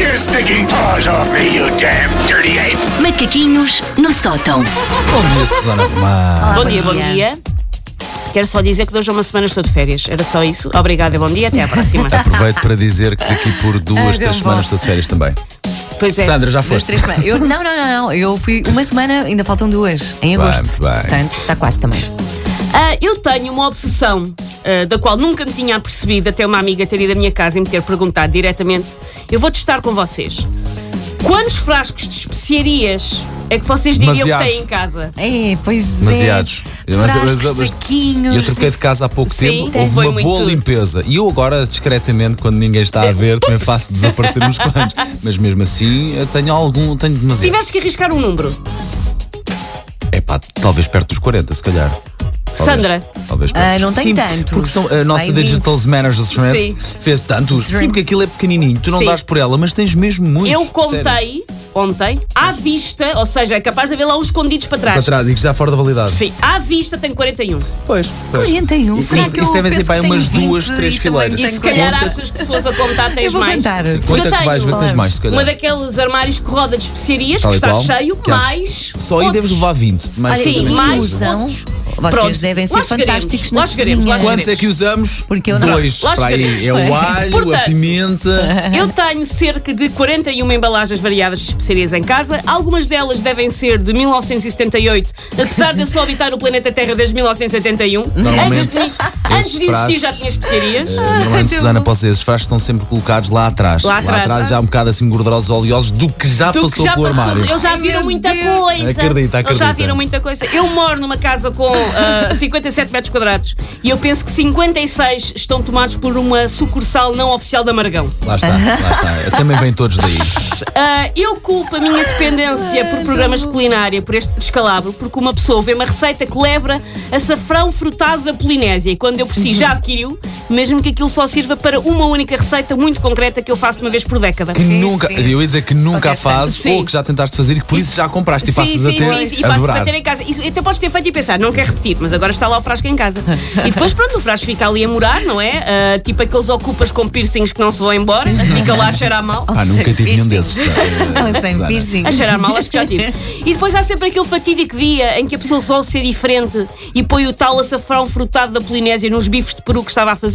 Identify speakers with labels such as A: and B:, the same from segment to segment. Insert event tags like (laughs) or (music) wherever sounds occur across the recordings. A: your stinking paws off me, you damn dirty ape!
B: Macaquinhos no sótão.
C: Bom dia, Susana Romar.
D: Bom dia, bom dia. Quero só dizer que hoje é uma semana estou de férias. Era só isso. Obrigada, bom dia, até
C: (laughs)
D: à próxima.
C: Aproveito para dizer que daqui por duas,
E: Ah,
C: três
E: deu
C: semanas
E: bom.
C: estou de férias também.
D: Pois é.
C: Sandra, já
E: Duas,
C: foste?
E: três semanas. Eu, não, não, não, não. Eu fui uma semana, ainda faltam duas, em
C: Vai,
E: agosto.
C: muito bem.
E: Portanto, está quase também.
D: Ah, eu tenho uma obsessão ah, da qual nunca me tinha apercebido até uma amiga ter ido à minha casa e me ter perguntado diretamente. Eu vou testar com vocês. Quantos frascos de especiarias é que vocês diriam
C: Demasiados.
D: que têm em casa?
E: É, pois
C: Demasiados.
E: é.
C: Eu- mas- mas-
E: Frascos,
C: mas-
E: saquinhos.
C: Eu troquei de casa há pouco
D: Sim,
C: tempo, houve
D: foi
C: uma
D: muito.
C: boa limpeza. E eu agora, discretamente, quando ninguém está a ver, também faço desaparecer uns quantos. Mas mesmo assim, eu tenho algum, tenho
D: Se
C: demasiado.
D: tivesses que arriscar um número,
C: É pá, talvez perto dos 40, se calhar. Talvez.
D: Sandra?
C: Talvez perto.
E: Ah, não tem
C: Sim,
E: tantos.
C: Porque são- a nossa
E: Vai
C: Digital Managers
D: Sim.
C: fez tantos. Sim, porque aquilo é pequenininho. Tu não
D: Sim.
C: dás por ela, mas tens mesmo muitos.
D: eu
C: sério.
D: contei ontem, à vista, ou seja, é capaz de haver lá uns escondidos para
C: Para
D: trás.
C: trás e que já fora da validade.
D: Sim, à vista tem 41.
C: Pois.
E: 41.
C: Isso-
E: Será
C: isso-
E: que
C: isso
E: eu
C: devem ser,
E: penso
C: pá,
E: que
C: umas
E: tenho
C: duas,
E: 20
C: três
E: e
C: fileiras.
E: também
D: Se
E: tenho
D: calhar
E: 40.
D: achas que se fosse a contar tens
E: Eu vou
D: mais.
E: contar.
D: Sim,
C: Quantas
D: eu
C: que vais ver,
D: tenho
C: tens mais, se calhar.
D: Uma daqueles armários que roda de especiarias,
C: Tal e
D: que está
C: qual.
D: cheio,
C: Que há-
D: mais.
C: Só aí
D: outros.
C: deves levar 20. Mais
E: Olha,
C: coisa
D: Sim,
C: menos.
D: mais
E: usam.
D: outros.
E: Vocês
D: Pronto,
E: devem ser
D: lá chegaremos,
E: fantásticos
D: lá
E: na
D: chegaremos, lá
E: cozinha.
C: Quantos é que usamos?
E: Porque eu não-
C: Dois.
D: Lá
C: para aí. É
D: chegaremos.
C: o alho, a
D: Portanto- (laughs)
C: pimenta.
D: Eu tenho cerca de 41 embalagens variadas de especiarias em casa. Algumas delas devem ser de 1978, apesar de eu só habitar o planeta Terra desde 1981.
C: Normalmente, Eh, É.
D: Antes de, antes de existir já tinha especiarias.
C: Normalmente, Susana, posso dizer, esses frascos estão sempre colocados lá atrás.
D: Lá atrás, ah.
C: já um bocado assim gordurosos, oleosos, do que já
D: Tu que
C: passou
D: já
C: pelo
D: passou,
C: armário.
D: eles já viram muita coisa.
C: Acredita,
D: Eles já
C: acredita.
D: viram muita coisa. Eu moro numa casa com ah, 57 metros quadrados e eu penso que 56 estão tomados por uma sucursal não oficial da Margão.
C: Lá está, lá
D: (laughs)
C: está. Também vêm todos daí.
D: Ah, eu culpo a minha dependência por programas de culinária, por este descalabro, porque uma pessoa vê uma receita que leva açafrão frutado da Polinésia e quando eu por si
C: Uhum.
D: já adquiriu, mesmo que aquilo só sirva para uma única receita muito concreta que eu faço uma vez por década.
C: Que nunca,
E: sim.
C: eu ia dizer que nunca a
E: Qualquer
C: fazes
D: tanto.
C: ou que já tentaste fazer e que por isso já compraste e passas a ter
D: sim, sim, e
C: a
D: passas
C: adorar.
D: a ter em casa. Isso, até podes ter feito e pensar, não quer repetir, mas agora está lá o frasco em casa. E depois, pronto, o frasco fica ali a morar, não é? Ah, tipo aqueles ocupas com piercings que não se vão embora, fica lá a cheirar mal.
C: Pá, Ah, nunca tive nenhum desses.
E: Ela
C: Susana.
E: (laughs) sem piercing.
D: A cheirar mal, acho que já tive. E depois há sempre aquele fatídico dia em que a pessoa resolve ser diferente e põe o tal açafrão frutado da Polinésia nos bifes de peru que estava a fazer.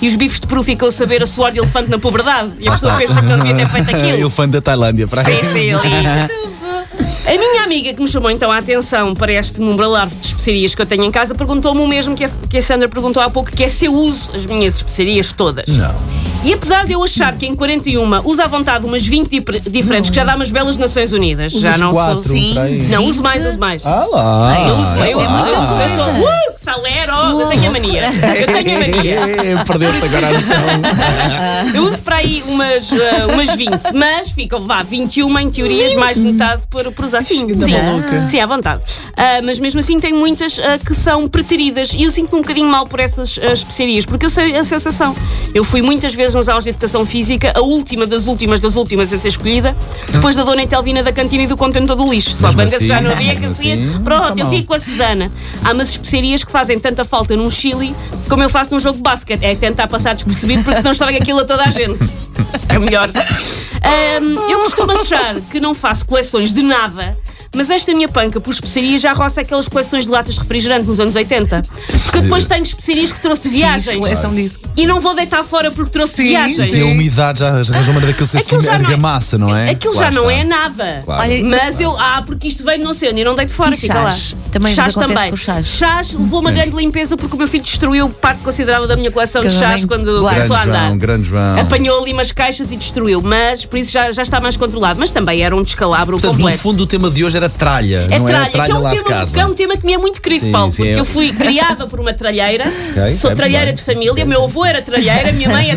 D: E os bifes de peru ficam a saber a suor de elefante na puberdade. E a pessoa pensa que não devia ter
C: (laughs)
D: feito aquilo.
C: Elefante da Tailândia, para aí.
D: Sim, sim, ali. (laughs) A minha amiga que me chamou então a atenção para este número alarme de especiarias que eu tenho em casa perguntou-me o mesmo que a, que a Sandra perguntou há pouco, que é se eu uso as minhas especiarias todas.
C: Não.
D: E apesar de eu achar que em 41 uso à vontade umas 20 dif- diferentes, que já dá umas belas Nações Unidas, já não
C: quatro,
D: sou. assim,
C: para aí.
D: Não, uso mais, uso mais.
C: Ah lá!
D: eu uso, eu
E: é
D: uso,
C: (laughs)
E: muita
D: eu uso, eu
E: coisa.
D: uso. Uh, que salero! Eu tenho a mania. Eu tenho a mania.
C: Perdeu-te agora a noção.
D: Eu uso para aí umas, ah, umas 20, mas ficam, vá, 21 em teorias, mais de metade por, por usar. Sim,
C: Anda
D: sim,
C: maluca.
D: sim, à vontade. Ah, mas mesmo assim, tem muitas ah, que são preteridas e eu sinto-me um bocadinho mal por essas ah, especiarias, porque eu sei a sensação. Eu fui muitas vezes nas aulas de educação física, a última das últimas das últimas a ser escolhida, depois da dona Etelvina da cantina e do contentor do lixo. Só
C: Mesmo
D: quando
C: Hum. assim,
D: já não havia que
C: mesmo
D: assim,
C: assim,
E: Tá
D: pronto, eu fico com a Susana. Há umas especiarias que fazem tanta falta num Chile como eu faço num jogo de basquete. É tentar passar despercebido porque senão estraga aquilo a toda a gente.
E: (laughs)
D: É melhor. Ahm, eu costumo achar que não faço coleções de nada. Mas esta minha panca por especiarias já roça aquelas coleções de latas de refrigerante nos anos 80. Porque depois tenho especiarias que trouxe viagens.
E: coleção disso.
D: E não vou deitar fora porque trouxe
E: Sim,
D: viagens.
C: E a umidade já arranjou uma daquele ser
D: Aquilo
C: assim,
D: já não é-
C: argamassa, não é?
D: Aquilo
C: Lá
D: já não
C: está.
D: é nada.
C: Claro.
E: Olha,
D: Mas eu, ah, porque isto veio de não sei onde, eu não deito fora,
E: E
D: fica
E: chás?
D: lá.
E: Também vos
D: chás
E: acontece
D: também.
E: com chás?
D: levou uma grande limpeza porque o meu filho destruiu parte considerável da minha coleção
E: Que
D: de chás
E: também
D: quando
E: guardo.
D: começou a
C: Grande
D: andar.
C: João, grande João.
D: Apanhou ali umas caixas e destruiu, mas por isso já, já está mais controlado. Mas também era um descalabro
C: Portanto, no
D: completo.
C: fundo, o tema de hoje era tralha,
D: É
C: não
D: tralha,
C: era tralha
D: que é um,
C: lá de
D: tema,
C: casa.
D: que é um tema que me é muito querido,
C: Sim,
D: Paulo,
C: sim,
D: porque
C: é- (laughs)
D: eu fui criada por uma tralheira,
C: Ok,
D: sou
C: é
D: tralheira
C: verdade.
D: de família, meu avô era tralheira, minha
C: (laughs)
D: mãe é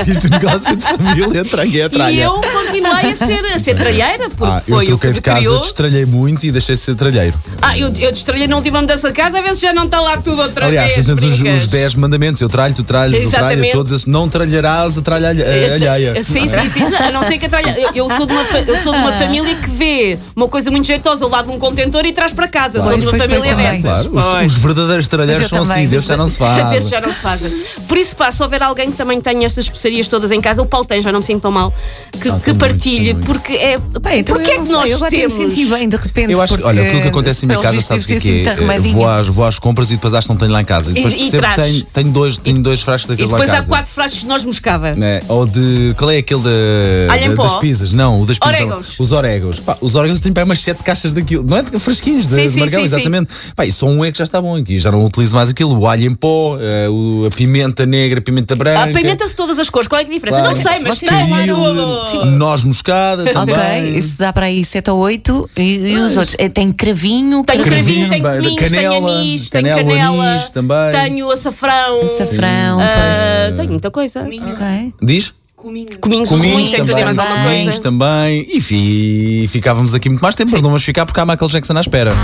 C: (laughs) Existe um negócio de família, tralha é tralha.
D: E eu continuei a ser, a ser tralheira, porque
C: ah, eu
D: foi o
C: troquei
D: que me
C: de casa,
D: criou.
C: destralhei muito e deixei de ser tralheiro.
D: Ah, eu, eu destralhei na última mudança de casa, às vezes já não está lá tudo outra
C: Aliás,
D: vez.
C: tens os,
D: brincas.
C: os
D: (laughs)
C: 10 mandamentos: eu tralho, tu tralhas, eu tralho,
D: Exatamente.
C: todos esses. Não tralharás a tralha alhe- eh, alheia.
E: Ah.
D: Sim, sim, sim, a não ser que a tralha. Eu, eu sou de uma, fa- eu sou de uma família que vê uma coisa muito gira jeitosa ao lado de um contentor e traz para casa.
E: Claro.
D: Somos uma
E: Pois, pois,
D: família
E: pois, também.
D: dessas.
C: Ah, Claro, os,
D: Pois.
C: os verdadeiros tralheiros
E: Mas eu
C: são assim,
E: também.
C: desses já não
D: (laughs)
C: se
D: Desses
C: faz.
D: já não se fazem. Por isso, pá, se houver alguém que também tenha estas especiarias todas em casa, o Paulo tem, já não me sinto tão mal, que,
C: Ah,
D: que
C: tem muito,
D: partilhe,
C: tem muito.
D: porque é.
E: Bem, então
D: porque
E: eu
D: é
E: não
D: que
E: sei,
D: nós
E: eu agora
D: temos.
E: tenho sentido bem, de repente.
C: Eu acho que,
E: porque
C: olha, aquilo que acontece na minha
E: pelos
C: casa,
E: vistos,
C: sabes o que é? que
E: deve ter sido muito
C: é?
E: arrumadinho.
C: Vou às, vou às compras e depois acho que não tenho lá em casa. E depois
D: e
C: percebo que
D: traz.
C: tenho, tenho dois, tenho dois frascos
D: E
C: daqueles lá em
D: depois
C: casa.
D: há quatro frascos de nós moscava.
C: É, ou de. Qual é aquele da-
D: Alho em
C: da-
D: pó?
C: das pizzas? Não, o das pizzas.
D: Orégãos.
C: não. Os orégãos. Pá, os orégãos têm para aí umas sete caixas daquilo. Não é de fresquinhos, de,
D: Sim,
C: de
D: sim,
C: Margão,
D: sim, sim.
C: exatamente. Pá, e só um é que já está bom aqui. Já não utilizo mais aquilo. O alho em pó, eh, o- a pimenta negra, a pimenta branca.
D: Apimenta-se todas as cores, qual é que é a diferença?
C: Claro.
D: Não sei, mas
E: Vocês
D: tem lá no
C: Peril,
D: bolo.
C: Noz moscada também.
E: Ok, isso dá para aí 7 ou 8 e, e os outros? Eh, Tem cravinho,
D: Tenho cravinho,
E: cravinho,
D: tenho
C: bem,
D: cominhos, tenho
C: canela,
D: anis, tenho
C: canela,
D: canela,
C: anis também. é
D: tenho açafrão,
E: açafrão,
D: ah, tenho muita coisa.
E: pois. Ok.
C: Diz?
D: Cominhos,
C: Cominhos
D: tem que dizer
C: também.
D: mais alguma
C: Cominhos
D: coisa.
C: também. E fi- ficávamos aqui muito mais tempo, mas não vamos ficar porque há Michael Jackson à
D: (laughs)
C: espera.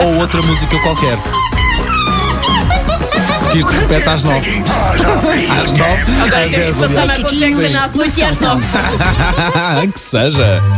C: Ou outra música qualquer. Que isto repete às nove.
A: Sticking paws off me, you damn
D: Agora temos que passar
C: Obrigado.
D: Michael Jackson às 8 e às 9.
C: (laughs) que seja.